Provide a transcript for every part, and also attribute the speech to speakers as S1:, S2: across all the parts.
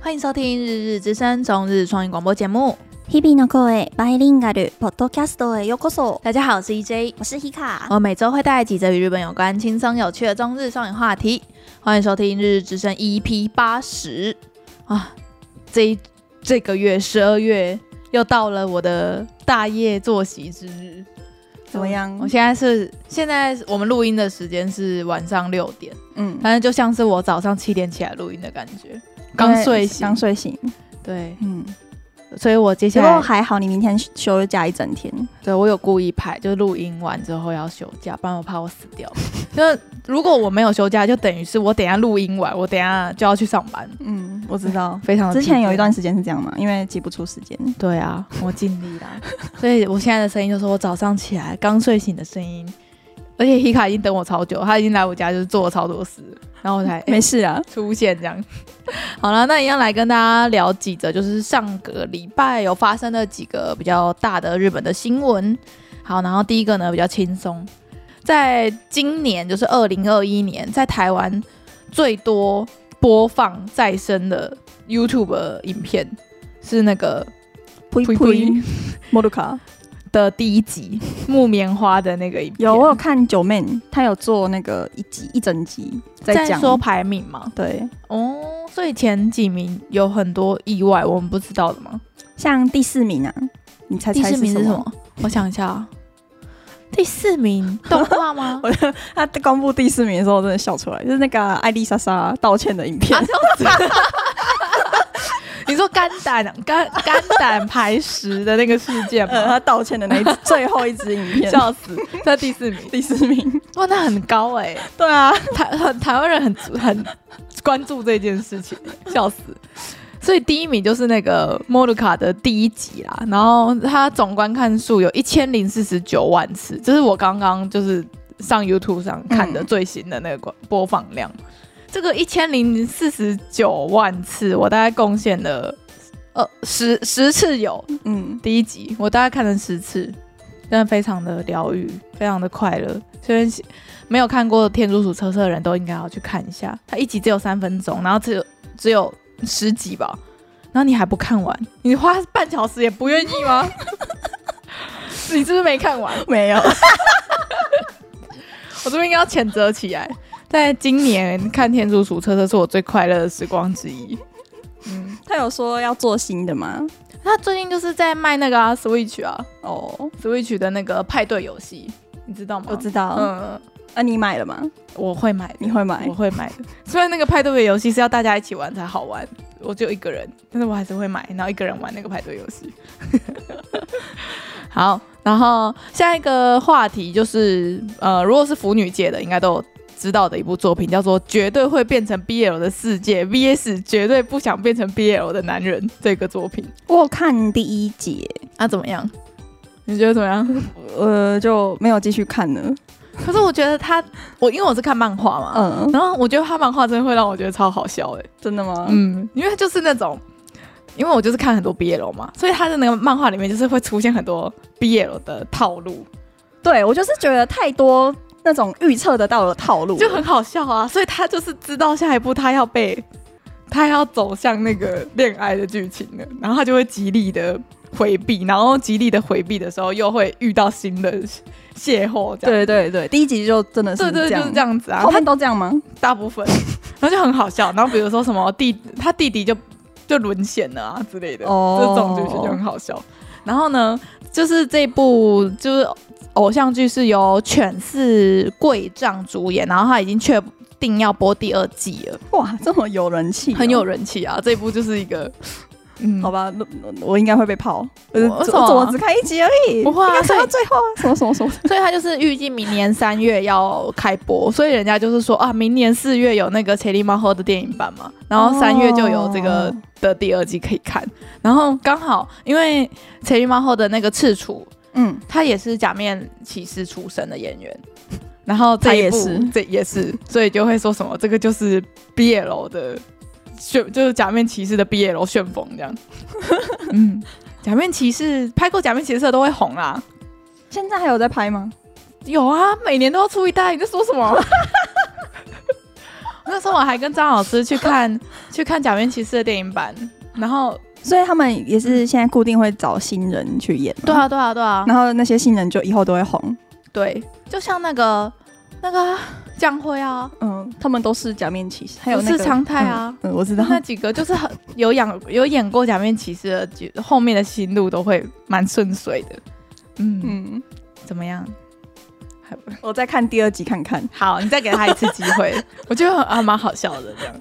S1: 欢迎收听《日日之声》中日双语广播节目。
S2: 日々の声バイリンガルポッドキャストへようこそ。
S1: 大家好，我是 EJ，
S2: 我是 Hika，
S1: 我每周会带来几则与日本有关、轻松有趣的中日双语话题。欢迎收听《日日之声》EP 八十啊！这一这个月十二月又到了我的大夜作息之日，
S2: 怎么样
S1: 我现在是现在我们录音的时间是晚上六点，
S2: 嗯，
S1: 反正就像是我早上七点起来录音的感觉，刚睡醒，
S2: 刚睡醒，
S1: 对，
S2: 嗯，
S1: 所以我接
S2: 不
S1: 下
S2: 过
S1: 来
S2: 还好，你明天休假一整天，
S1: 对我有故意排，就是录音完之后要休假，不然我怕我死掉。 就是如果我没有休假，就等于是我等一下录音完，我等一下就要去上班，
S2: 嗯，我知道。
S1: 非常的
S2: 之前
S1: 疲惫
S2: 有一段时间是这样嘛，因为挤不出时间，
S1: 对啊，我尽力啦。 所以我现在的声音就是我早上起来刚睡醒的声音，而且 Hika 已经等我超久，他已经来我家就是做了超多事，然后我才、哎
S2: 没事啊，
S1: 出现这样。 好了，那一样来跟大家聊几则，就是上个礼拜有发生的几个比较大的日本的新闻。好，然后第一个呢比较轻松，在今年就是二零二一年，在台湾最多播放再生的 YouTube 影片是那个
S2: 呸
S1: 呸呸
S2: 呸，莫鲁卡
S1: 的第一集木棉花的那个影片，
S2: 有我有看九妹，她有做那个一集一整集在
S1: 在
S2: 讲，
S1: 说排名嘛？
S2: 对，
S1: 哦，所以前几名有很多意外，我们不知道的吗？
S2: 像第四名啊，你猜
S1: 第
S2: 猜
S1: 四名是
S2: 什
S1: 什么？？我想一下啊，第四 名动画吗？
S2: 我他公布第四名的时候，我真的笑出来，就是那个艾丽莎莎道歉的影片
S1: 啊，这样子。 你说肝胆肝肝胆排石的那个事件
S2: 呃，
S1: 吗？
S2: 他道歉的 那一支最后一支影片，
S1: 笑死，在第四名，
S2: 第四名。
S1: 哇，那很高哎、
S2: 对啊，
S1: 台很台湾人很很关注这件事情，笑死。所以第一名就是那个莫鲁卡的第一集啦，然后它总观看数有一千零四十九万次，这是我刚刚就是上 YouTube 上看的
S2: 嗯
S1: 最新的那个观播放量。这个一千零四十九万次，我大概贡献了呃十十次有
S2: 嗯，
S1: 第一集，我大概看了十次，真的非常的疗愈，非常的快乐。虽然是没有看过《天竺鼠车车》的人都应该要去看一下，它一集只有三分钟，然后只有只有十集吧，然后你还不看完，你花半小时也不愿意吗？ 你是不是没看完？
S2: 没有，
S1: 我这边应该要谴责起来。在今年看《天竺鼠车车》是我最快乐的时光之一。嗯，
S2: 他有说要做新的吗？
S1: 他最近就是在卖那个、啊、Switch 啊
S2: 哦，
S1: ，Switch 的那个派对游戏，你知道吗？
S2: 我知道。嗯，
S1: 嗯，
S2: 啊，你买了吗？
S1: 我会买的，
S2: 你会买
S1: 我？会买的。虽然那个派对的游戏是要大家一起玩才好玩，我就一个人，但是我还是会买，然后一个人玩那个派对游戏。 好，然后下一个话题就是，呃，如果是腐女界的，应该都有知道的一部作品，叫做《绝对会变成 BL 的世界》VS 绝对不想变成 BL 的男人这个作品，
S2: 我有看第一集，
S1: 那、啊怎么样？你觉得怎么样？
S2: 呃，就没有继续看了。
S1: 可是我觉得他，我因为我是看漫画嘛，
S2: 嗯，
S1: 然后我觉得他漫画真的会让我觉得超好笑哎、
S2: 真的吗？
S1: 嗯，因为它就是那种，因为我就是看很多 BL 嘛，所以他的那个漫画里面就是会出现很多 BL 的套路，
S2: 对，我就是觉得太多那种预测得到的套路了，
S1: 就很好笑啊。所以他就是知道下一步他要被他要走向那个恋爱的剧情了，然后他就会极力的回避，然后极力的回避的时候又会遇到新的邂逅，这样。
S2: 对对对，第一集就真的是
S1: 对对，就是这样子啊。
S2: 后
S1: 他
S2: 面都这样吗？
S1: 大部分， 然后就很好笑。然后比如说什么弟，他弟弟就就沦陷了啊之类的，
S2: 哦
S1: 这种剧情就很好笑。然后呢，就是这部就是偶像剧是由犬饲贵丈主演，然后他已经确定要播第二季了，
S2: 哇，这么有人气哦，
S1: 很有人 气啊。这部就是一个， 嗯，
S2: 好吧，那我应该会被泡。呃
S1: 我
S2: 我
S1: 什么啊
S2: 怎么只看一集而已？
S1: 不会啊
S2: 应该看
S1: 所
S2: 到
S1: 以
S2: 最后啊，什么什么什么？
S1: 所以他就是预计明年三月要开播，所以人家就是说啊，明年四月有那个《潜力猫后》的电影版嘛，然后三月就有这个
S2: 哦
S1: 的第二季可以看。然后刚好因为《潜力猫后》的那个赤楚，
S2: 嗯，
S1: 他也是假面骑士出身的演员，然后这
S2: 他
S1: 一
S2: 也
S1: 部
S2: 是
S1: 这也是，所以就会说什么这个就是 BL 的旋，就是假面骑士的 BL 旋风这 样。嗯，假面骑士拍过假面骑士的都会红啊啦、
S2: 现在还有在拍吗？
S1: 有啊，每年都要出一代，你在说什么？ 那时候我还跟张老师去看 去看《假面骑士》的电影版，然后
S2: 所以他们也是现在固定会找新人去演，
S1: 对，啊对啊对啊，
S2: 然后那些新人就以后都会红，
S1: 对，就像那个那个啊江辉啊，
S2: 嗯，他们都是假面骑士，还有
S1: 不
S2: 那
S1: 是
S2: 个
S1: 常态啊。
S2: 嗯，我知道，
S1: 那几个就是很有演有演过《假面骑士》的几，后面的心路都会蛮顺遂的。嗯，
S2: 嗯，
S1: 怎么样？还不
S2: 我再看第二集看看，
S1: 好，你再给他一次机会， 我觉得啊还蛮好笑的这样。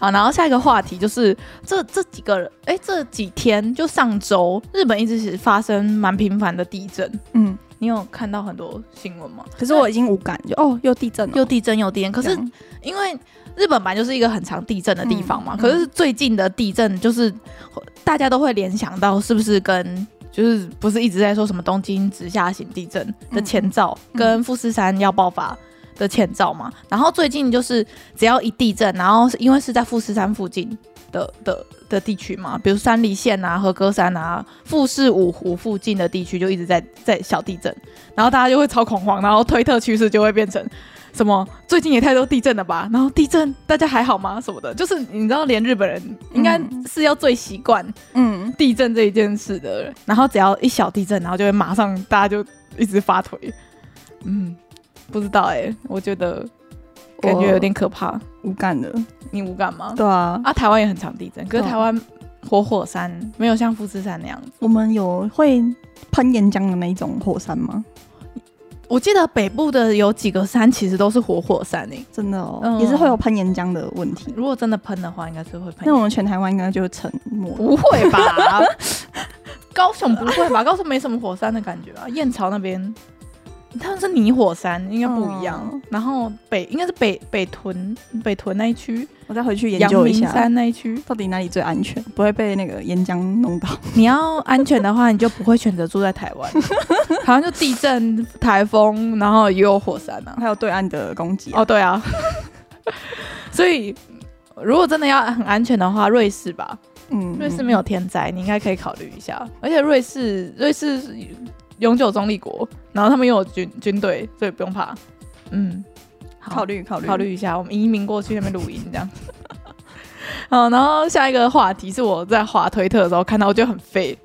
S1: 好，然后下一个话题就是这这几个人，哎，这几天就上周，日本一直是发生蛮频繁的地震，
S2: 嗯，
S1: 你有看到很多新闻吗？
S2: 可是我已经无感，就哦，又地震了，
S1: 又地震又地震，可
S2: 这
S1: 是
S2: 样
S1: 因为日本本来就是一个很常地震的地方嘛，
S2: 嗯
S1: 可是最近的地震就是大家都会联想到是不是跟就是不是一直在说什么东京直下型地震的前兆，
S2: 嗯
S1: 跟富士山要爆发的前兆嘛。然后最近就是只要一地震，然后是因为是在富士山附近的的的地区嘛，比如山梨县啊、和歌山啊、富士五湖附近的地区就一直在在小地震，然后大家就会超恐慌，然后推特趋势就会变成。什么？最近也太多地震了吧？然后地震，大家还好吗？什么的，就是你知道，连日本人应该
S2: 嗯
S1: 是要最习惯
S2: 嗯，
S1: 地震这一件事的人，然后只要一小地震，然后就会马上大家就一直发腿。嗯，不知道哎、我觉得感觉有点可怕。
S2: 无感了，
S1: 你无感吗？
S2: 对啊，
S1: 啊，台湾也很常地震，可是
S2: 对啊
S1: 台湾活火山没有像富士山那样子。
S2: 我们有会喷岩浆的那一种火山吗？
S1: 我记得北部的有几个山其实都是活火山诶、
S2: 真的哦，
S1: 嗯
S2: 也是会有喷岩浆的问题。
S1: 如果真的喷的话，应该是会喷
S2: 那我们全台湾应该就沉默了。
S1: 不会吧？ 高雄不会吧？高雄没什么火山的感觉啊。燕巢那边，他们是泥火山，应该不一样。
S2: 嗯
S1: 然后北应该是北北屯北屯那一区，
S2: 我再回去研
S1: 阳
S2: 究一
S1: 明
S2: 下，
S1: 山那一区。
S2: 到底哪里最安全，不会被那个岩浆弄 到。
S1: 你要安全的话，你就不会选择住在台 湾。台湾就地震、台风，然后也有火山啊。
S2: 还有对岸的攻击、啊。
S1: 哦，对啊。 所以，如果真的要很安全的话，瑞士吧。
S2: 嗯
S1: 瑞士没有天灾，你应该可以考虑一下。而且瑞士，瑞士是永久中立国，然后他们又有军军队，所以不用怕。嗯，好
S2: 考虑考虑
S1: 考虑一下，我们移民过去那边录音这样。 好，然后下一个话题是我在滑推特的时候看到，我觉得很废，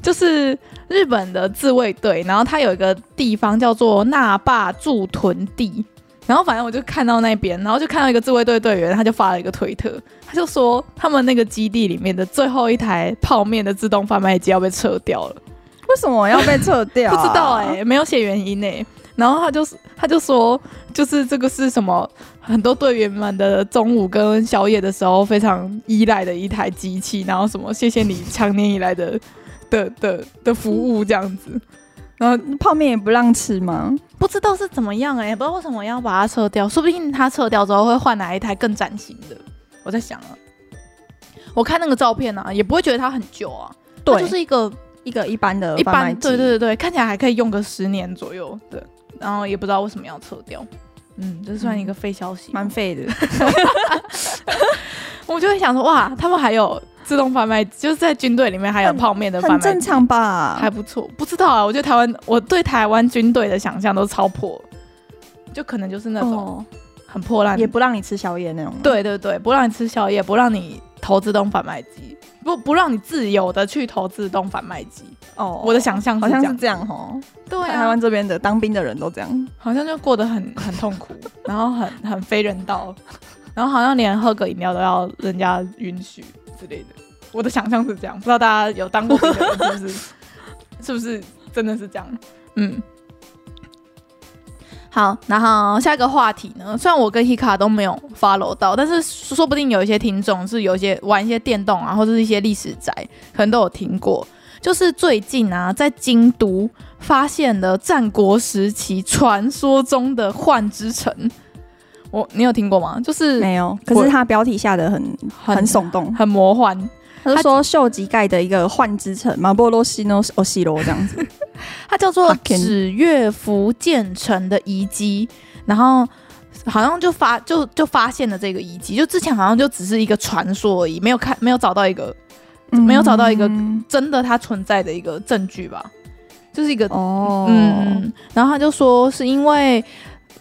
S1: 就是日本的自卫队，然后它有一个地方叫做那霸驻屯地，然后反正我就看到那边，然后就看到一个自卫队队员，他就发了一个推特，他就说他们那个基地里面的最后一台泡面的自动贩卖机要被撤掉了。
S2: 为什么要被撤掉、
S1: 不知道哎、、
S2: 欸
S1: 没有写原因哎、然后他就是他就说，就是这个是什么？很多队员们的中午跟宵夜的时候非常依赖的一台机器，然后什么谢谢你常年以来的 的的的服务这样子，然后
S2: 泡面也不让吃吗？
S1: 不知道是怎么样哎、不知道为什么要把它撤掉，说不定它撤掉之后会换来一台更崭新的。我在想啊，我看那个照片啊，也不会觉得它很旧啊，它
S2: 对，
S1: 就是一个
S2: 一呃个一般的
S1: 一
S2: 贩卖
S1: 般
S2: 机
S1: 对对对，看起来还可以用个十年左右，对，然后也不知道为什么要撤掉，嗯，这算一个废消息。
S2: 蛮废的。
S1: 我就会想说，哇，他们还有自动贩卖机，就是在军队里面还有泡面的贩卖
S2: 很
S1: 机，
S2: 正常吧？
S1: 还不错。不知道啊，我觉得台湾，我对台湾军队的想象都超破，就可能就是那种
S2: 哦，
S1: 很破烂的
S2: 也不让你吃宵夜那种。，
S1: 对对对，不让你吃宵夜，不让你投自动贩卖机，不不让你自由的去投自动贩卖机。
S2: 哦
S1: 我的想象是
S2: 好像
S1: 这
S2: 是
S1: 样
S2: 这样哦。
S1: 对啊，
S2: 台湾这边的当兵的人都这样。
S1: 好像就过得很很痛苦， 然后很很非人道，然后好像连喝个饮料都要人家允许之类的。我的想象是这样，不知道大家有当过兵的人是不 是？是不是真的是这样？嗯。好，然后下一个话题呢？虽然我跟 Hika 都没有 follow 到，但是说不定有一些听众是有一些玩一些电动啊，或者是一些历史宅，可能都有听过。就是最近啊，在京都发现了战国时期传说中的幻之城。我你有听过吗？就是
S2: 没有，可
S1: 我
S2: 是他标题下的很
S1: 很
S2: 很耸动，
S1: 很魔幻，
S2: 他就说秀吉盖的一个幻之城马波罗西诺欧西罗这样子。
S1: 它叫做
S2: Haken
S1: 指月福建城的遗迹，然后好像就发就就发现了这个遗迹，就之前好像就只是一个传说而已，没有看没有找到一个 没有找到一个
S2: 嗯
S1: 真的它存在的一个证据吧，就是一个
S2: 哦，
S1: 嗯嗯，然后他就说是因为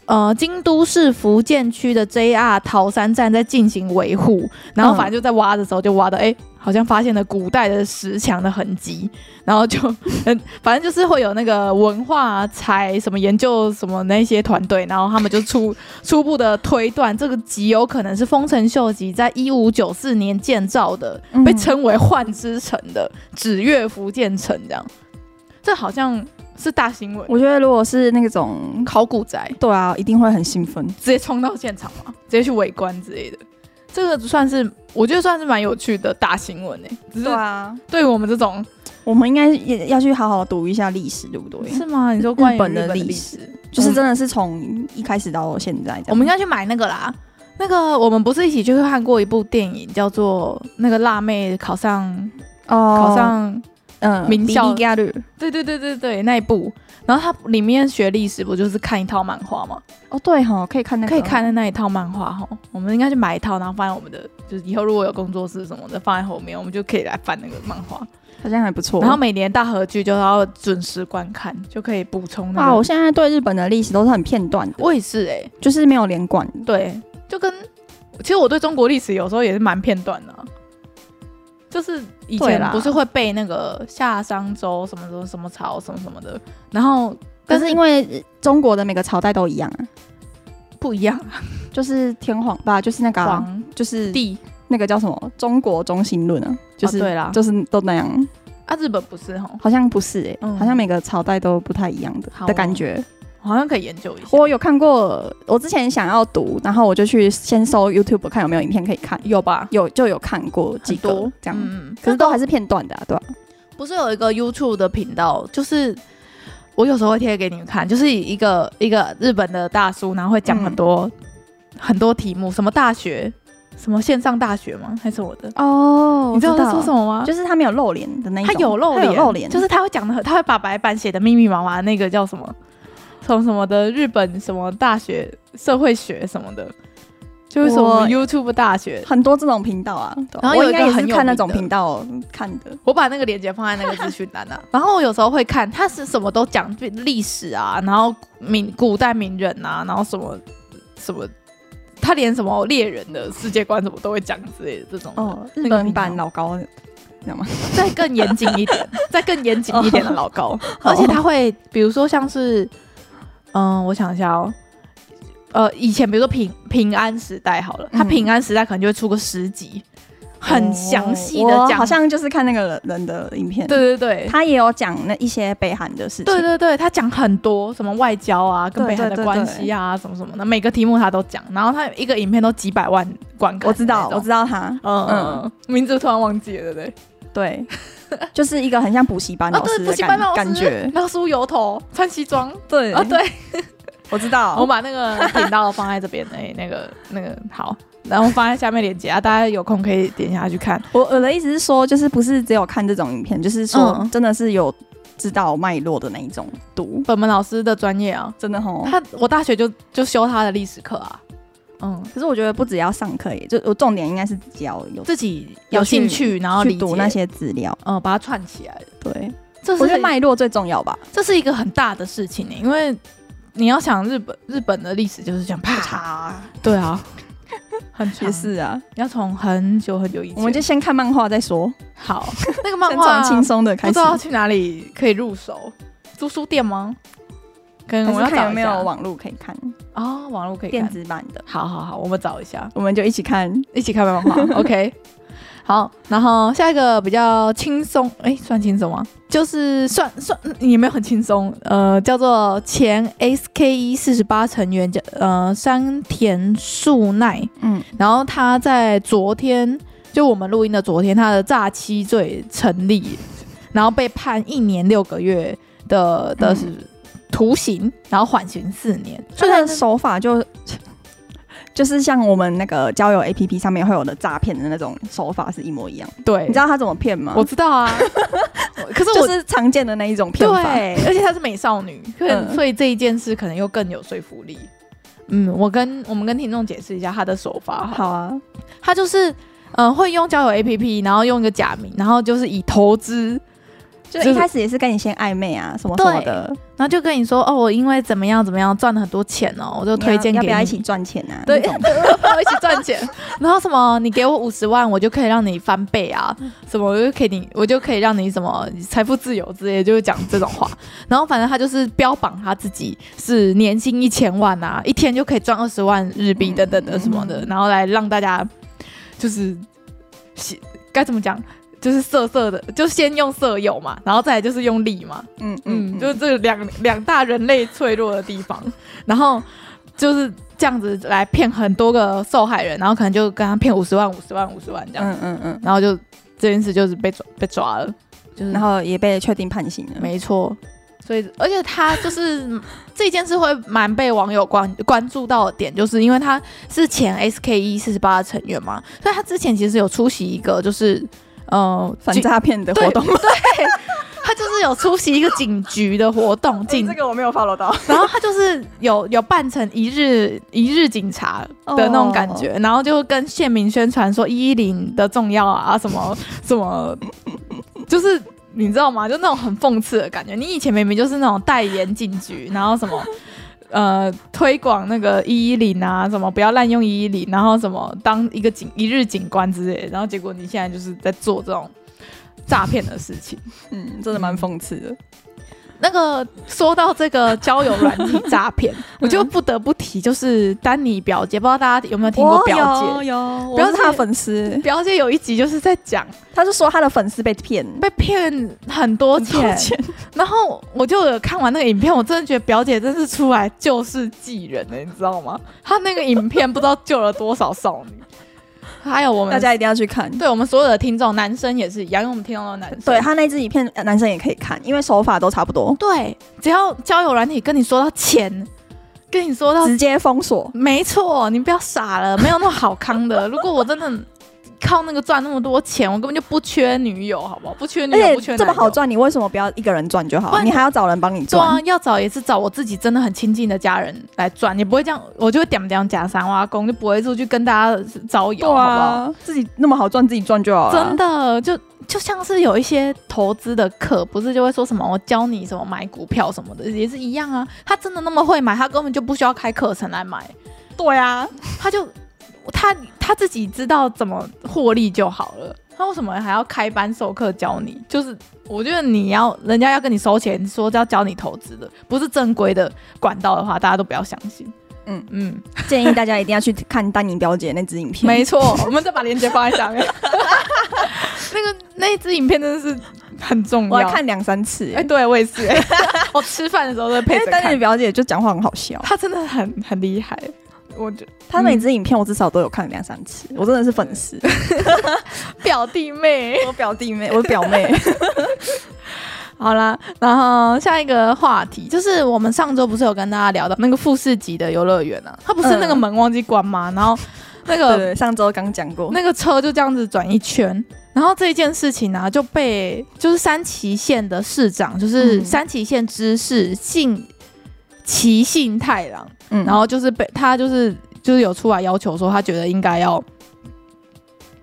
S1: 呃京都市福建区的 JR 桃山站在进行维护，然后
S2: 嗯
S1: 反正就在挖的时候就挖的，哎、好像发现了古代的石墙的痕迹，然后就嗯，反正就是会有那个文化财什么研究什么那些团队，然后他们就初初步的推断，这个极有可能是丰臣秀吉在一五九四年建造的，
S2: 嗯
S1: 被称为幻之城的指月福建城，这样，这好像是大新闻，
S2: 我觉得如果是那种，
S1: 考古宅。
S2: 对啊，一定会很兴奋。
S1: 直接冲到现场嘛，直接去围观之类的。这个算是我觉得算是蛮有趣的大新闻呢、欸只是
S2: 啊，
S1: 对于我们这种
S2: 我们应该也要去好好读一下历史，对不对？
S1: 是吗？你说关于
S2: 日本的
S1: 的
S2: 历
S1: 史，
S2: 就是真的是从一开始到现在这样。
S1: 我们应该去买那个啦。那个我们不是一起去看过一部电影，叫做《那个辣妹考上、
S2: 哦，
S1: 考上
S2: 嗯
S1: 名校
S2: 伽律
S1: 对对对对对，那一部。然后它里面学历史不就是看一套漫画吗？
S2: 哦，对哈，可以看那个，
S1: 可以看的那一套漫画哈，我们应该去买一套，然后放在我们的，就是以后如果有工作室什么的放在后面，我们就可以来翻那个漫画。
S2: 好像还不错。
S1: 然后每年大合剧就要准时观看，就可以补充那
S2: 哇，
S1: 个。
S2: 啊我现在对日本的历史都是很片段的，
S1: 我也是哎、
S2: 就是欸没有连贯的。
S1: 对，就跟其实我对中国历史有时候也是蛮片段的啊、就是以
S2: 对
S1: 前
S2: 啦
S1: 不是会背那个夏商周什么什么什么朝什么什么的，然后但
S2: 但是因为中国的每个朝代都一样啊，
S1: 不一样，
S2: 就是天皇吧，就是那个啊、
S1: 皇
S2: 就是
S1: 帝
S2: 那个叫什么中国中心论啊，就是、
S1: 哦对啦
S2: 就是都那样，
S1: 啊，日本不是哈，
S2: 好像不是哎、
S1: 嗯
S2: 好像每个朝代都不太一样的、
S1: 好哦
S2: 的感觉。
S1: 好像可以研究一下。
S2: 我有看过，我之前想要读，然后我就去先搜 YouTube 看有没有影片可以看，
S1: 有吧？
S2: 有就有看过几
S1: 很
S2: 个
S1: 多
S2: 这样，
S1: 嗯嗯，
S2: 可是都还是片段的、啊，对吧、
S1: 不是有一个 YouTube 的频道，就是我有时候会贴给你们看，就是一个一个日本的大叔，然后会讲
S2: 嗯
S1: 很多、很多题目，什么大学，什么线上大学吗？还是我的？
S2: 哦
S1: 你知道我在说什么吗？
S2: 就是他没有露脸的那一
S1: 他
S2: 种，
S1: 有露
S2: 他
S1: 脸，
S2: 有露脸，
S1: 就是他会讲的，他会把白板写的密密麻麻，那个叫什么什么什么的日本什么大学社会学什么的，就是什么
S2: 我
S1: YouTube 大学。
S2: 很多这种频道啊。
S1: 然后
S2: 我
S1: 有一
S2: 应
S1: 个
S2: 该也
S1: 很
S2: 是
S1: 有
S2: 看那
S1: 名
S2: 种
S1: 的
S2: 频道看的，
S1: 我把那个链接放在那个资讯栏啊。 然后我有时候会看，他是什么都讲历史啊，然后名古代名人啊，然后什么什么，他连什么猎人的世界观什么都会讲之类的这种。哦，
S2: 哦，
S1: 那个
S2: 日本
S1: 频道
S2: 版老高，知道吗？
S1: 再更严谨一 点，再更严谨一点的老高，
S2: 哦
S1: 而且他会比如说像是，嗯，我想一下哦。呃，以前比如说平平安时代好了，他
S2: 嗯
S1: 平安时代可能就会出个十集，很详细的
S2: 我
S1: 讲，
S2: 哦好像就是看那个人的影片，
S1: 对，对对，
S2: 他也有讲那一些北韩的事情，
S1: 对对对，他讲很多什么外交啊，跟
S2: 对
S1: 北韩
S2: 对
S1: 的
S2: 对
S1: 关
S2: 对
S1: 系啊，什么什么的，每个题目他都讲。然后他有一个影片都几百万观看，
S2: 我知道，我知
S1: 道。
S2: 道他，
S1: 嗯嗯，嗯名字突然忘记了，对不对？
S2: 对，就是一个很像补习班
S1: 啊，
S2: 老师
S1: 对，
S2: 的
S1: 补习班
S2: 感
S1: 老师
S2: 感觉，嗯
S1: 那个梳油头，穿西装。
S2: 对
S1: 啊，，对，
S2: 我知道，
S1: 我把那个频道放在这边，哎，那个那个好，然后放在下面链接啊，大家有空可以点下去看。
S2: 我我的意思是说，就是不是只有看这种影片，就是说
S1: 嗯
S2: 真的是有知道脉络的那一种读，
S1: 本本老师的专业啊，
S2: 真的吼。
S1: 他我大学就就修他的历史课啊，嗯，
S2: 可是我觉得不只要上课耶，就我重点应该是只要有
S1: 自己
S2: 有
S1: 有
S2: 去
S1: 兴趣，然后
S2: 去
S1: 理
S2: 读
S1: 解
S2: 那，些资料，
S1: 嗯，把它串起来。
S2: 对，
S1: 这是
S2: 我觉得
S1: 一
S2: 脉络最重要吧。
S1: 这是一个很大的事情呢、欸因为你要想日本日本的历史就是这样啪，对 啊，很长
S2: 也，是啊，
S1: 你要从很久很久以前，
S2: 我们就先看漫画再说，
S1: 好那个漫
S2: 先
S1: 画
S2: 从轻松的
S1: 不
S2: 开
S1: 知
S2: 始，
S1: 道去哪里可以入手，租书店吗？可能我
S2: 还
S1: 要
S2: 是看
S1: 找
S2: 有
S1: 一
S2: 没
S1: 下
S2: 有网络可以看
S1: 哦，网络可以
S2: 电
S1: 看。
S2: 子版的，
S1: 好好好，我们找一下，
S2: 我们就一起看。
S1: 一起看漫画。OK，好，然后下一个比较轻松，哎，算轻松吗？就是算算也没有很轻松，呃，叫做前 SKE 四十八成员叫呃山田树奈，
S2: 嗯，
S1: 然后他在昨天就我们录音的昨天，他的诈欺罪成立，然后被判一年六个月的的
S2: 嗯
S1: 徒刑，然后缓刑四年，所
S2: 所以
S1: 以
S2: 他
S1: 他
S2: 的手法就 就是像我们那个交友 APP 上面会有的诈骗的那种手法是一模一样。
S1: 对，
S2: 你知道他怎么骗吗？
S1: 我知道 啊，可是我、
S2: 就是常见的那一种骗法。
S1: 对，而且她是美少 女，所以、
S2: 嗯
S1: 所以这一件事可能又更有说服力。嗯，我跟我们跟听众解释一下她的手法好了，
S2: 好啊，
S1: 她就是嗯、呃会用交友 APP，然后用一个假名，然后就是以投资
S2: 就是一开始也是跟你先暧昧啊，什么什么的，
S1: 然后就跟你说哦，我因为怎么样怎么样赚了很多钱哦，我就推荐
S2: 你
S1: 给你
S2: 要要不要一起赚钱啊？
S1: 对，
S2: 那种
S1: 要一起赚钱。然后什么，你给我五十万，我就可以让你翻倍啊，什么我就可以你，我就可以让你什么财富自由之类的，就是讲这种话。然后反正他就是标榜他自己是年薪一千万啊，一天就可以赚二十万日币等等的什么的，然后来让大家就是喜该怎么讲，就是色色的，就先用色诱嘛，然后再来就是用力嘛，
S2: 嗯
S1: 嗯，
S2: 嗯，
S1: 就是这两两大人类脆弱的地方，然后就是这样子来骗很多个受害人，然后可能就跟他骗五十万、五十万、五十万这样，
S2: 嗯嗯嗯，
S1: 然后就这件事就是被抓被抓了，就是
S2: 然后也被确定判刑了。
S1: 没错，所以而且他就是这件事会蛮被网友关关注到的点，就是因为他是前 SKE 四十八的成员嘛，所以他之前其实有出席一个就是呃
S2: 反
S1: 警
S2: 诈骗的活动，
S1: 他就是有出席一个警局的活动，警
S2: 哎个我没有 follow 到。
S1: 然后他就是有有扮成一日一日警察的那种感觉，然后就跟县民宣传说一一零的重要啊，什么什么，就是你知道吗？就那种很讽刺的感觉。你以前明明就是那种代言警局，然后什么。呃，推广那个一一零啊，什么不要滥用一一零，然后什么当一个警一日警官之类的，然后结果你现在就是在做这种诈骗的事情。
S2: 嗯，真的蛮讽刺的。
S1: 那个说到这个交友软体诈 骗，我
S2: 嗯
S1: 就不得不提，就是丹尼表姐，不知道大家有没有听过表
S2: 有
S1: 姐？表
S2: 有，表
S1: 姐
S2: 姐他的粉丝，
S1: 表姐有一集就是在讲
S2: 他就说他的粉丝被骗，
S1: 被骗很多钱， 然后我就有看完那个影片，我真的觉得表姐真是出来救世济人了，你知道吗？她那个影片不知道救了多少少女，还有我
S2: 大
S1: 们
S2: 家一定要去看。
S1: 对我们所有的听众，男生也是一样，因为我们听众都是男生，
S2: 对他那支影片，呃男生也可以看，因为手法都差不多，
S1: 对，只要交友软体跟你说到钱，跟你说到
S2: 直接封锁。
S1: 没错，你不要傻了，没有那么好康的。 如果我真的靠那个赚那么多钱，我根本就不缺女友，好不好？不缺女友，
S2: 而
S1: 不缺男友
S2: 且哎这么好。赚，你为什么不要一个人赚就
S1: 不
S2: 好？
S1: 然
S2: 你还要找人帮你
S1: 对啊
S2: 赚？，
S1: 要找也是找我自己真的很亲近的家人来赚，也不会这样，我就会点不点假三挖工，就不会出去跟大家招
S2: 啊
S1: 摇，好，
S2: 自己那么好赚，自己赚就好
S1: 不好？
S2: 了。
S1: 真的，就就像是有一些投资的课，不是就会说什么我教你什么买股票什么的，也是一样啊。他真的那么会买，他根本就不需要开课程来买。
S2: 对啊，
S1: 他就他他自己知道怎么获利就好了，他为什么还要开班授课教你？就是我觉得你要人家要跟你收钱，说要教你投资的，不是正规的管道的话，大家都不要相信。
S2: 嗯
S1: 嗯，
S2: 建议大家一定要去看丹宁表姐那支影片。
S1: 没错，我们再把链接放在下面。 那个那一支影片真的是很重
S2: 我还
S1: 要。
S2: 看两三次、
S1: 哎、对我也是、哎 我吃饭的时候都会
S2: 因
S1: 配
S2: 为
S1: 着
S2: 丹宁
S1: 看。
S2: 表姐就讲话很好笑，
S1: 他真的很很厉害，我觉
S2: 她每支影片我至少都有看两三次，我真的是粉丝。
S1: 表弟妹。
S2: 我表弟妹，我表 妹，
S1: 好啦，然后下一个话题就是我们上周不是有跟大家聊到那个富士级的游乐园啊，它不是那个门忘记关吗？然后那个
S2: 对，上周刚讲过，
S1: 那个车就这样子转一圈，然后这件事情呢、啊就被就是三崎县的市长，就是
S2: 嗯
S1: 三崎县知事信崎信太郎，
S2: 嗯
S1: 然后就是被他就是就是有出来要求说，他觉得应该要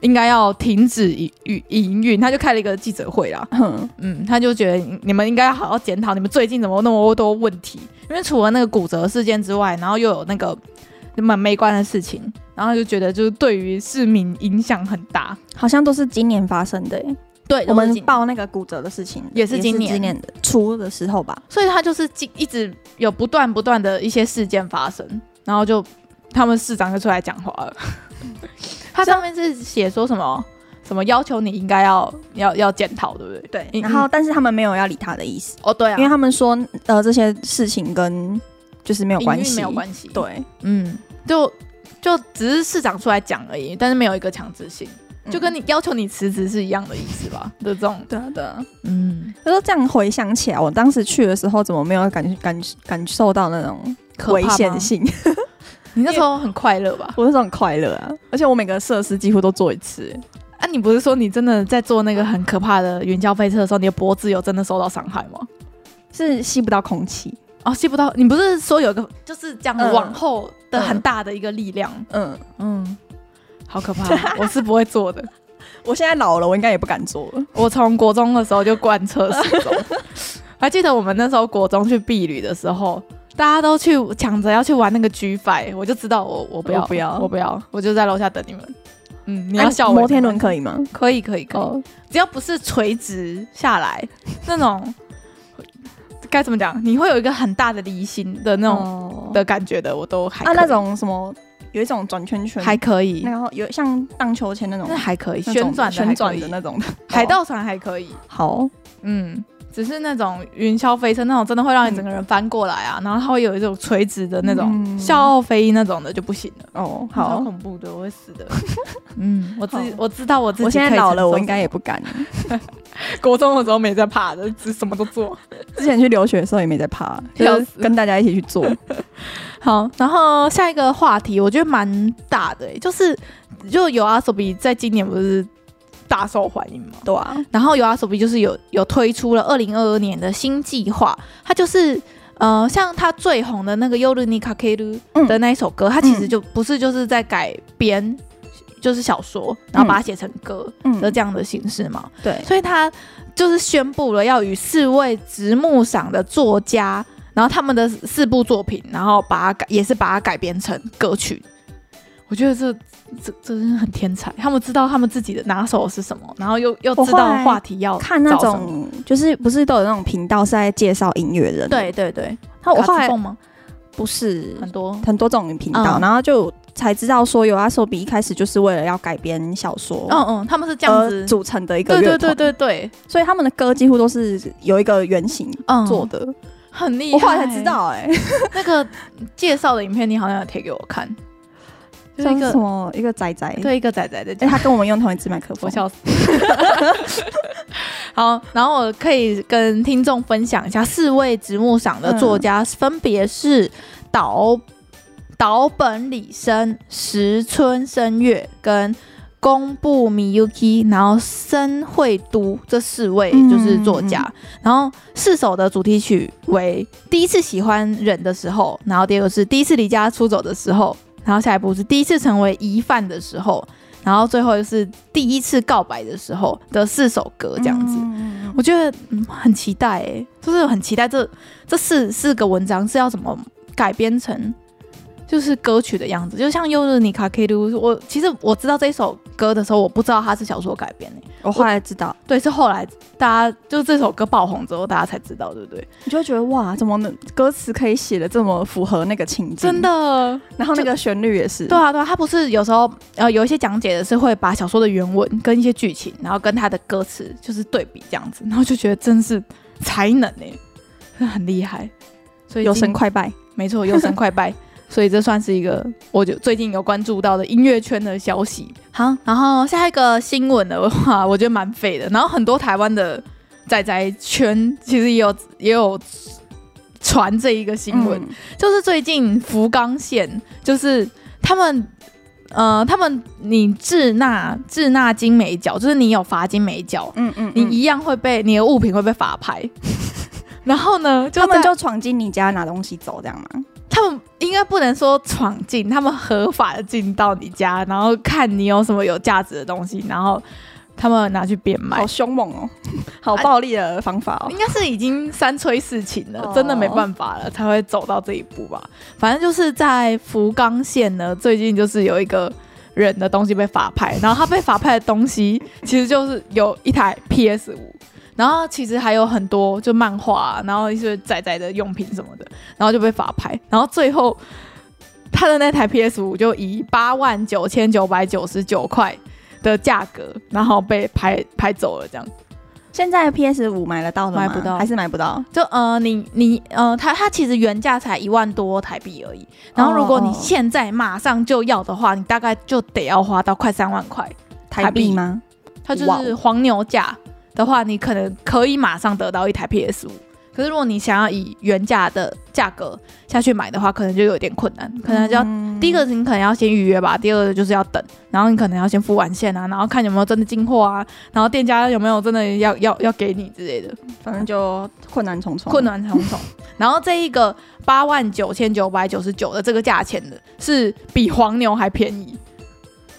S1: 应该要停止营营营运，他就开了一个记者会啦，
S2: 哼，
S1: 嗯，他就觉得你们应该好好检讨你们最近怎么那么多问题，因为除了那个骨折事件之外，然后又有那个门没关的事情，然后就觉得就是对于市民影响很大。
S2: 好像都是今年发生的、欸。
S1: 对
S2: 我们报那个骨折的事情
S1: 也是今年
S2: 今年的初的时候吧。
S1: 所以他就是进一直有不断不断的一些事件发生，然后就他们市长就出来讲话 了。他上面是写说什么什么要求你应该要要要检讨，对不对？
S2: 对
S1: 嗯
S2: 然后但是他们没有要理他的意思，
S1: 哦，对啊
S2: 因为他们说呃这些事情跟就是没有关
S1: 营运
S2: 系，
S1: 没有关系。
S2: 对，
S1: 嗯，就就只是市长出来讲而已，但是没有一个强制性，就跟
S2: 嗯你
S1: 你要求你辞职是一样的意思吧？的这种，
S2: 对啊对啊。
S1: 嗯，
S2: 可是这样回想起来，我当时去的时候怎么没有感感感受到那种
S1: 可怕
S2: 危
S1: 吗
S2: 险。性？
S1: 你那时候很快乐吧？
S2: 我那时候很快乐啊，而且我每个设施几乎都做一次、欸
S1: 啊，你不是说你真的在做那个很可怕的云霄飞车的时候，你的脖子有真的受到伤害吗？
S2: 是吸不到空气。
S1: 哦，吸不到，你不是说有一个就是这样
S2: 嗯
S1: 往后的
S2: 嗯
S1: 很大的一个力量？
S2: 嗯，
S1: 嗯，好可怕，我是不会做的。
S2: 我现在老了，我应该也不敢做了。
S1: 我从国中的时候就贯彻始 终，还记得我们那时候国中去避旅的时候，大家都去抢着要去玩那个 G Five，我就知道我我不要
S2: 我不要
S1: 我不要，我就在楼下等你们。嗯，你
S2: 啊
S1: 要笑我、
S2: 摩天轮可以哦吗？
S1: 可以可以可以，，只要不是垂直下来那种，该怎么讲？你会有一个很大的离心的那种
S2: 种
S1: 的感觉的，我都还
S2: 哦
S1: 可
S2: 啊，
S1: 以
S2: 那种什么有一种转圈圈，
S1: 还可以
S2: 那，个有像荡秋千那种
S1: 那，还可以
S2: 那种
S1: 旋转的还
S2: 旋
S1: 可
S2: 转
S1: 以
S2: 的，那种的。
S1: 海盗船还可以。
S2: 好，
S1: 嗯，只是那种云霄飞车那种，真的会让你整个人翻过来啊，然后它会有一种垂直的那种
S2: 嗯
S1: 笑傲飞鹰那种的就不行了，
S2: 哦，
S1: 超
S2: 好，
S1: 恐怖的，我会死的。 嗯，我自己
S2: 好
S1: 我知道我自己，
S2: 我现在老了，我应该也不敢。
S1: 国中的时候没在怕的，只什么都做。
S2: 之前去留学的时候也没在 怕，
S1: 笑
S2: 就
S1: 死啊
S2: 是跟大家一起去 做。
S1: 好，然后下一个话题我觉得蛮大的、欸，就是就有阿索比在今年不是大受欢迎吗？
S2: 对啊，
S1: 然后有阿索比就是有有推出了二零二二年的新计划，它就是呃，像它最红的那个《尤鲁尼卡克鲁》
S2: 嗯
S1: 的那一首歌，它其实就不是就是在改编就是小说，然后把它写成歌
S2: 嗯
S1: 的这样的形式嘛，
S2: 对，
S1: 所以它就是宣布了要与四位直木赏的作家，然后他们的四部作品，然后把它改也是把它改编成歌曲。我觉得这这这真的很天才，他们知道他们自己的拿手是什么，然后又又
S2: 我
S1: 知道
S2: 后来
S1: 话题要
S2: 看那
S1: 找什么
S2: 种就是不是都有那种频道是在介绍音乐的人？
S1: 对，对对，
S2: 那哦我
S1: 卡
S2: 后
S1: 子
S2: 来
S1: 凤吗？
S2: 不是
S1: 很多
S2: 很多种频道，
S1: 嗯
S2: 然后就才知道说有阿手比一开始就是为了要改编小说，
S1: 嗯嗯，他们是这样
S2: 而
S1: 子，
S2: 呃组成的一个
S1: 对对
S2: 乐
S1: 对
S2: 团，
S1: 对对，
S2: 所以他们的歌几乎都是有一个原型
S1: 嗯，
S2: 做的。
S1: 很厉害。
S2: 我后来才知道、欸，哎，
S1: 那个介绍的影片，你好像有贴给我看， 就是一
S2: 像是什
S1: 个
S2: 么一个仔仔，，
S1: 对一个仔仔在
S2: 哎，
S1: 讲，
S2: 他跟我们用同一支麦克
S1: 我
S2: 风，
S1: 笑死。 好，然后我可以跟听众分享一下四位直木赏的作
S2: 嗯
S1: 家，分别是岛岛本理生、石村生月跟宫部 Miyuki，然后森惠都这四位
S2: 嗯
S1: 就是作家。然后四首的主题曲为《第一次喜欢人的时候》，然后第二个是《第一次离家出走的时候》，然后下一步是《第一次成为疑犯的时候》，然后最后是《第一次告白的时候》的四首歌这样子。
S2: 嗯
S1: 我觉得嗯很期待哎、就是很期待这这四四个文章是要怎么改编成就是歌曲的样子，就像《优日尼卡 K 鲁》，我其实我知道这首歌的时候，我不知道它是小说改编的、
S2: 我后来知道，
S1: 对，是后来大家就这首歌爆红之后，大家才知道，对不对？
S2: 你就会觉得哇，怎么能歌词可以写的这么符合那个情境？
S1: 真，的，
S2: 然后那个旋律也是，
S1: 对啊，对啊，他不是有时候呃有一些讲解的是会把小说的原文跟一些剧情，然后跟他的歌词就是对比这样子，然后就觉得真是才能哎、真的很厉害，所以
S2: 有
S1: 今
S2: 神快拜，
S1: 没错，右神快 拜。所以这算是一个我就最近有关注到的音乐圈的消息。好，然后下一个新闻的话，我觉得蛮废的。然后很多台湾的仔仔圈其实也有也有传这一个新闻，
S2: 嗯
S1: 就是最近福冈县，就是他们，呃，他们你滞纳滞纳金美角，就是你有罚金美角，
S2: 嗯嗯，
S1: 你
S2: 嗯
S1: 一样会被你的物品会被法拍。 然后呢，就
S2: 他们
S1: 在
S2: 就闯进你家拿东西走这样吗？
S1: 他们应该不能说闯进，他们合法的进到你家，然后看你有什么有价值的东西，然后他们拿去变卖
S2: 好。凶猛哦，好暴力的方法哦
S1: 应。该是已经三催四请了，
S2: 哦
S1: 真的没办法了，才会走到这一步吧。反正就是在福冈县呢，最近就是有一个人的东西被法拍，然后他被法拍的东西其实就是有一台 PS 五。然后其实还有很多就漫画啊、然后一些仔仔的用品什么的，然后就被法拍，然后最后他的那台 PS 五就以八万九千九百九十九块的价格，然后被拍拍走了这样。
S2: 现在 PS 五买得到的吗
S1: 买不到
S2: 还是买不到？
S1: 就呃，你你呃，它它其实原价才一万多台币而已。然后如果你
S2: 哦
S1: 现在马上就要的话，你大概就得要花到快三万块。
S2: 台币吗？
S1: 它就
S2: 哇
S1: 是
S2: 哦
S1: 黄牛价的话，你可能可以马上得到一台 PS 五。可是如果你想要以原价的价格下去买的话，可能就有点困难，可能就要、
S2: 嗯
S1: 第一个你可能要先预约吧，第二个就是要等，然后你可能要先付完现啊，然后看有没有真的进货啊，然后店家有没有真的要要要给你之类的。
S2: 反正就困难重重，
S1: 困难重 重。然后这一个八万九千九百九十九的这个价钱的，是比黄牛还便宜，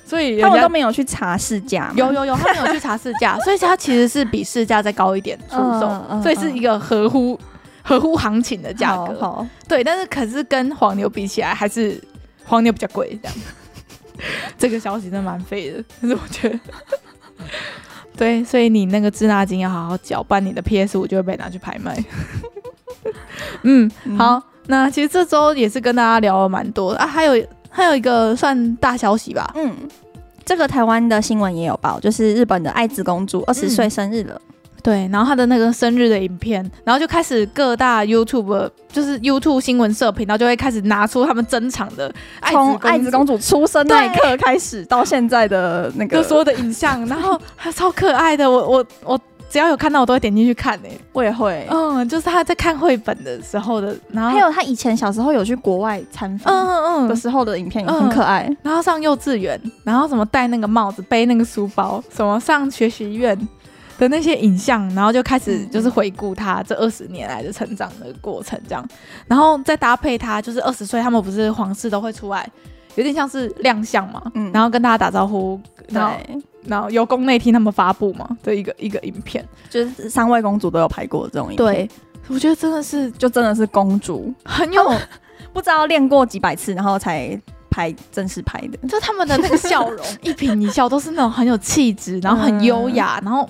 S1: 所以
S2: 他
S1: 人
S2: 们
S1: 家
S2: 都没有去查市价吗，
S1: 有有有，他们有去查市 价，所以它其实是比市价再高一点出售，
S2: 嗯嗯
S1: 所以是一个合乎合乎行情的价格。
S2: 好好
S1: 对，但是可是跟黄牛比起来，还是黄牛比较贵 这样。这个消息真的蛮废的，但是我觉得，对，所以你那个滞纳金要好好缴，不然你的 PS 五就会被拿去拍 卖。嗯，
S2: 嗯
S1: 好，那其实这周也是跟大家聊了蛮多的啊，还有还有一个算大消息吧，
S2: 嗯，这个台湾的新闻也有报，就是日本的爱子公主
S1: 嗯
S2: 二十岁生日了。
S1: 对，然后他的那个生日的影片，然后就开始各大 YouTube 就是 YouTube 新闻社频道就会开始拿出他们珍藏的爱
S2: 从
S1: 子
S2: 爱子公主出生那一刻开始，到现在的 那
S1: 就
S2: 个，
S1: 所有的影 像，然后他超可爱的，我我我只要有看到我都会点进去看诶、
S2: 我也会。
S1: 嗯，就是他在看绘本的时候的，然后
S2: 还有她以前小时候有去国外参
S1: 嗯
S2: 访
S1: 嗯
S2: 的
S1: 嗯，
S2: 时候的影片，也很可爱。
S1: 然后上幼稚园，然后什么戴那个帽子，背那个书包，什么上学习院的那些影像，然后就开始就是回顾
S2: 嗯
S1: 他这二十年来的成长的过程这样，然后再搭配他就是二十岁，他们不是皇室都会出来，有点像是亮相嘛，
S2: 嗯
S1: 然后跟大家打招呼，然后
S2: 对，
S1: 然后由宫内厅他们发布嘛的一个一个影片。
S2: 就是三位公主都有拍过这种影片，
S1: 对，我觉得真的是
S2: 就真的是公主，
S1: 很有，
S2: 不知道练过几百次，然后才拍正式拍的。
S1: 就他们的那个笑容， 一颦一笑都是那种很有气质，然后很优
S2: 嗯
S1: 雅，然后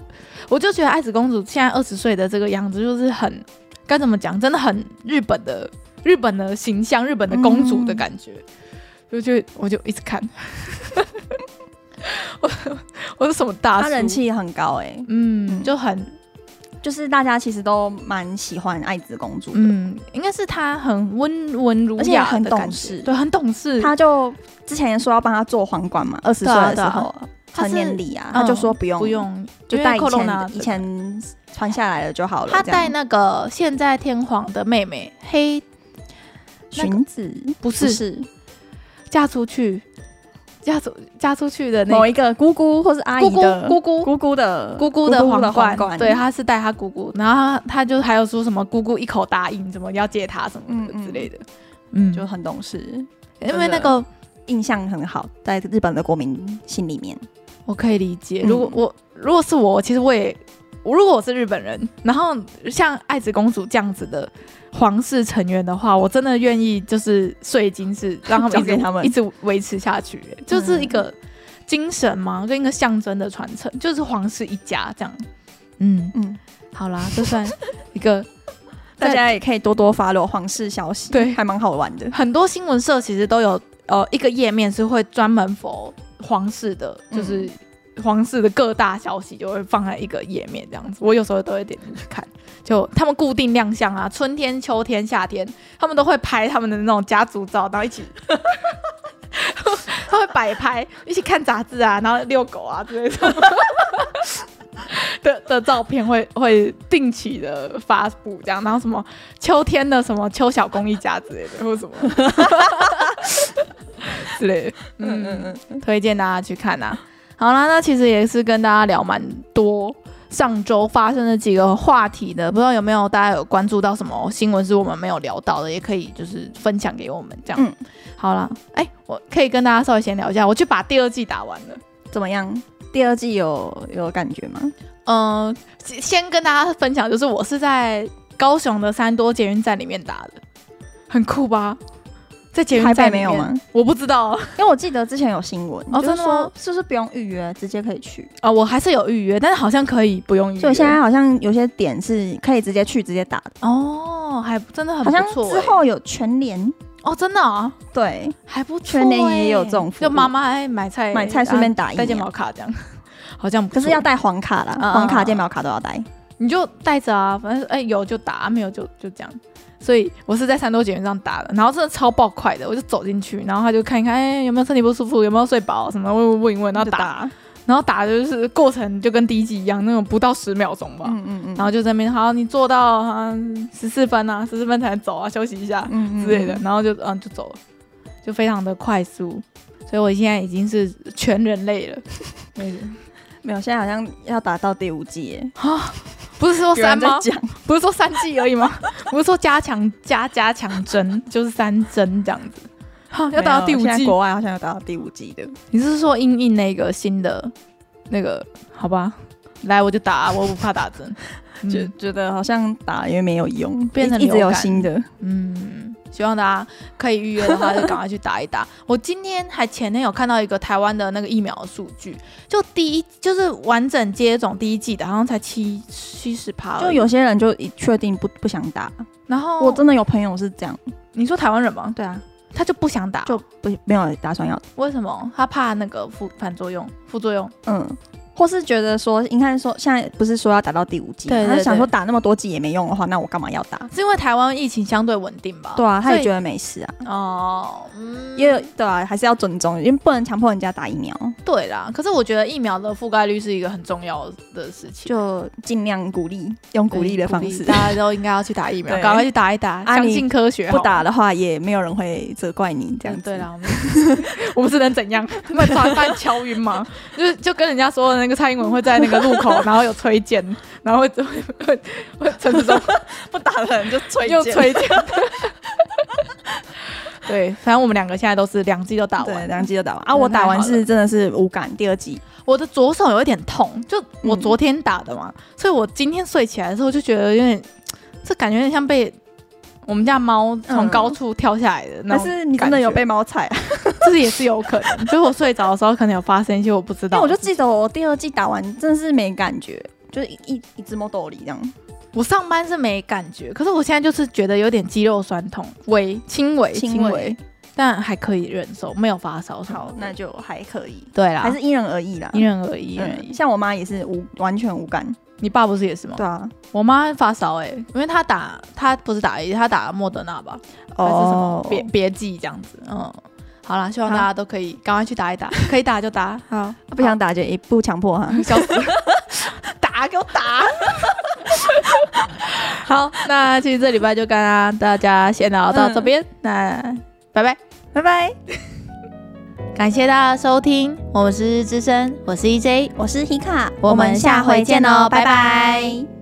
S1: 我就觉得爱子公主现在二十岁的这个样子，就是很该怎么讲，真的很日本的日本的形象，日本的公主的感觉。
S2: 嗯
S1: 就就我就一直看， 我我是什么大
S2: 她
S1: 叔
S2: 人，气也很高哎、
S1: 嗯，
S2: 嗯
S1: 就很
S2: 就是大家其实都蛮喜欢爱子公主的。
S1: 嗯，应该是她很温文儒
S2: 而且
S1: 雅
S2: 很
S1: 的感觉，
S2: 懂事
S1: 对，很懂事，
S2: 他就之前也说要帮他做皇冠嘛，二十
S1: 对
S2: 岁
S1: 啊
S2: 的时候，
S1: 他
S2: 成
S1: 是嗯
S2: 年礼啊，他就说不用，
S1: 不，用，
S2: 就
S1: 因为
S2: 带以
S1: Corona
S2: 前以前穿下来的就好了。
S1: 他
S2: 这样
S1: 带那个现在天皇的妹妹黑那个
S2: 裙子，
S1: 不是
S2: 是
S1: 嫁出去，嫁出嫁出去的那
S2: 某
S1: 个
S2: 一个姑姑或是阿
S1: 姑
S2: 姨
S1: 姑
S2: 的
S1: 姑姑。
S2: 姑姑的
S1: 姑姑的
S2: 的
S1: 皇
S2: 皇
S1: 冠，对，，她是带她姑姑，然后她她就还有说什么姑姑一口答应，怎么要接她什么的
S2: 嗯嗯
S1: 之类的，嗯，
S2: 就
S1: 就
S2: 很懂事，
S1: 因为那个
S2: 印象很好，在日本的国民心里面，
S1: 我可以理解，
S2: 嗯
S1: 如果我如果是我，其实我也，我如果我是日本人，然后像爱子公主这样子的皇室成员的话，我真的愿意就是税金 是让他们一
S2: 交给
S1: 直
S2: 他们嗯
S1: 一直维持下去，欸就是一个精神嘛，跟一个象征的传承，就是皇室一家这样。嗯，
S2: 嗯，
S1: 好啦，这算一个
S2: 大
S1: 在
S2: 家也可以多多发罗皇室消息，
S1: 对
S2: 还蛮好玩的。
S1: 很多新闻社其实都有呃一个页面是会专门否皇室的，就是皇室的各大消息就会放在一个页面这样子。我有时候都会点进去看，就他们固定亮相啊，春天、秋天、夏天，他们都会拍他们的那种家族照，然后一起。 他会摆拍，一起看杂志啊，然后遛狗啊之类 的的的照片会会定期的发布，这样，然后什么秋天的什么邱小公益家之类的，或什么 之类的，嗯嗯嗯，
S2: 嗯，
S1: 推荐大家去看啊。好啦，那其实也是跟大家聊蛮多上周发生的几个话题的，不知道有没有大家有关注到什么新闻是我们没有聊到的，也可以就是分享给我们这样。
S2: 嗯
S1: 好啦，哎、我可以跟大家稍微闲聊一下，我去把第二季打完了。
S2: 怎么样？第二季有有感觉吗？
S1: 嗯、先先跟大家分享，就是我是在高雄的三多捷运站里面打的，很酷吧？在捷
S2: 台
S1: 运
S2: 北
S1: 站里
S2: 没有
S1: 面
S2: 吗？
S1: 我不知道啊、
S2: 因为我记得之前有新闻，
S1: 哦
S2: 就是
S1: 真的吗
S2: 说是不是不用预约，直接可以去？
S1: 啊我还是有预约，但是好像可以不用预约。
S2: 所以现在好像有些点是可以直接去直接打的，
S1: 哦，还真的很
S2: 好
S1: 不
S2: 像
S1: 错、欸
S2: 之后有全联，
S1: 哦，真的啊，
S2: 对，
S1: 还不错、欸。
S2: 全年也有这种服务
S1: 就妈妈爱买菜，啊
S2: 买菜顺便打疫
S1: 带健
S2: 苗
S1: 保，卡这样， 好像不
S2: 可是
S1: 错
S2: 要带黄卡啦，
S1: 嗯
S2: 黄卡、健保卡都要带。
S1: 你就带着啊，反正哎、有就打，没有就就这样。所以我是在三多捷运上打的，然后真的超爆快的，我就走进去，然后他就看一看，哎、有没有身体不舒服，有没有睡饱什么，问问问一问，然后打，
S2: 打，
S1: 然后打的就是过程就跟第一季一样，那种不到十秒钟吧，
S2: 嗯嗯嗯，
S1: 然后就在那边，好，你做到十四、14分啊，十四分才能走啊，休息一下，
S2: 嗯
S1: 之类的，，然后就嗯就走了，就非常的快速，所以我现在已经是全人类了。没事
S2: 没有，现在好像要打到第五季耶，
S1: 不是说
S2: 有人
S1: 三
S2: 在
S1: 吗？
S2: 讲，
S1: 不是说三剂而已吗？不是说加强加加强针，就是三针这样子，哈要打到第五
S2: 没有现
S1: 季嗯
S2: 在？国外好像有打到第五季的，
S1: 你是说因应那个新的那个？好吧，来我就打，我不怕打 针。
S2: 觉、
S1: 嗯
S2: 觉得好像打因为没有用，
S1: 变成
S2: 一一直
S1: 流
S2: 有
S1: 感
S2: 新的。
S1: 嗯，希望大家可以预约的话，就赶快去打一 打。我今天还前天有看到一个台湾的那个疫苗的数据，就第一就是完整接种第一季的，好像才七七十趴，
S2: 就。有些人就一确定不不想打，
S1: 然后
S2: 我真的有朋友是这样，
S1: 你说台湾人吗？
S2: 对啊，
S1: 他就不想打，
S2: 就不没有打算要，
S1: 为什么？他怕那个副反作用，副作用。
S2: 嗯，或是觉得说，应该说现在不是说要打到第五季，
S1: 对对
S2: 他就想
S1: 对
S2: 说打那么多季也没用的话，那我干嘛要打？
S1: 是因为台湾疫情相对稳定吧？
S2: 对啊，他
S1: 所以
S2: 也觉得没事啊，
S1: 哦，嗯，
S2: 因为对啊，还是要尊重，因为不能强迫人家打疫苗，
S1: 对啦。可是我觉得疫苗的覆盖率是一个很重要的事情，
S2: 就尽量鼓励，用鼓励的方式。
S1: 大家都应该要去打疫苗，
S2: 对
S1: 赶快去打一打，
S2: 啊
S1: 相信科学。
S2: 不
S1: 好吗
S2: 打的话，也没有人会责怪你这
S1: 嗯
S2: 样子。
S1: 对啦， 我们我们是能怎样？会把饭敲晕吗？ 就是就跟人家说的那个蔡英文会在那个路口，然后有推 荐，然后会会会会陈志忠
S2: 不打的人就 吹
S1: 又推荐。 对，反正我们两个现在都是两剂都打
S2: 对，
S1: 完。
S2: 两剂就打完啊！
S1: 真的
S2: 我打完
S1: 太好了
S2: 是真的是无感，第二剂
S1: 我的左手有一点痛，就我
S2: 嗯
S1: 昨天打的嘛，所以我今天睡起来的时候就觉得有点，这感觉有点像被我们家猫从
S2: 嗯
S1: 高处跳下来的那种感
S2: 但
S1: 觉。
S2: 嗯是你真的有被猫踩 啊？
S1: 这也是有可能，就是我睡着的时候可能有发生一些我不知
S2: 但
S1: 道
S2: 我
S1: 的
S2: 就
S1: 事情。
S2: 记得我第二季打完真的是没感觉，就是一一一只猫豆里这样。
S1: 我上班是没感觉，可是我现在就是觉得有点肌肉酸痛，微轻微
S2: 轻微
S1: 但还可以忍受，没有发烧什么的。
S2: 好，啊那就还可以，
S1: 对啦，
S2: 还是因人而异啦。
S1: 因人而异，因
S2: 嗯
S1: 人而异。
S2: 像我妈也是无完全无感。
S1: 你爸不是也是吗？
S2: 对啊，
S1: 我妈发烧哎、欸，因为她打她不是打 A，她打莫德纳吧，还是什么别
S2: 哦
S1: 别剂这样子，嗯。哦好啦，希望大家都可以赶快去打一打，可以打就 打，好，
S2: 啊不想打就也不强迫哈。
S1: 笑死，打给我打。 好，那其实这礼拜就跟大家先聊到这边，那拜拜，
S2: 拜拜，
S1: 感谢大家的收听，我们是日之声，我是 E EJ，
S2: 我是 Hika，
S1: 我们下回见哦拜拜
S2: 拜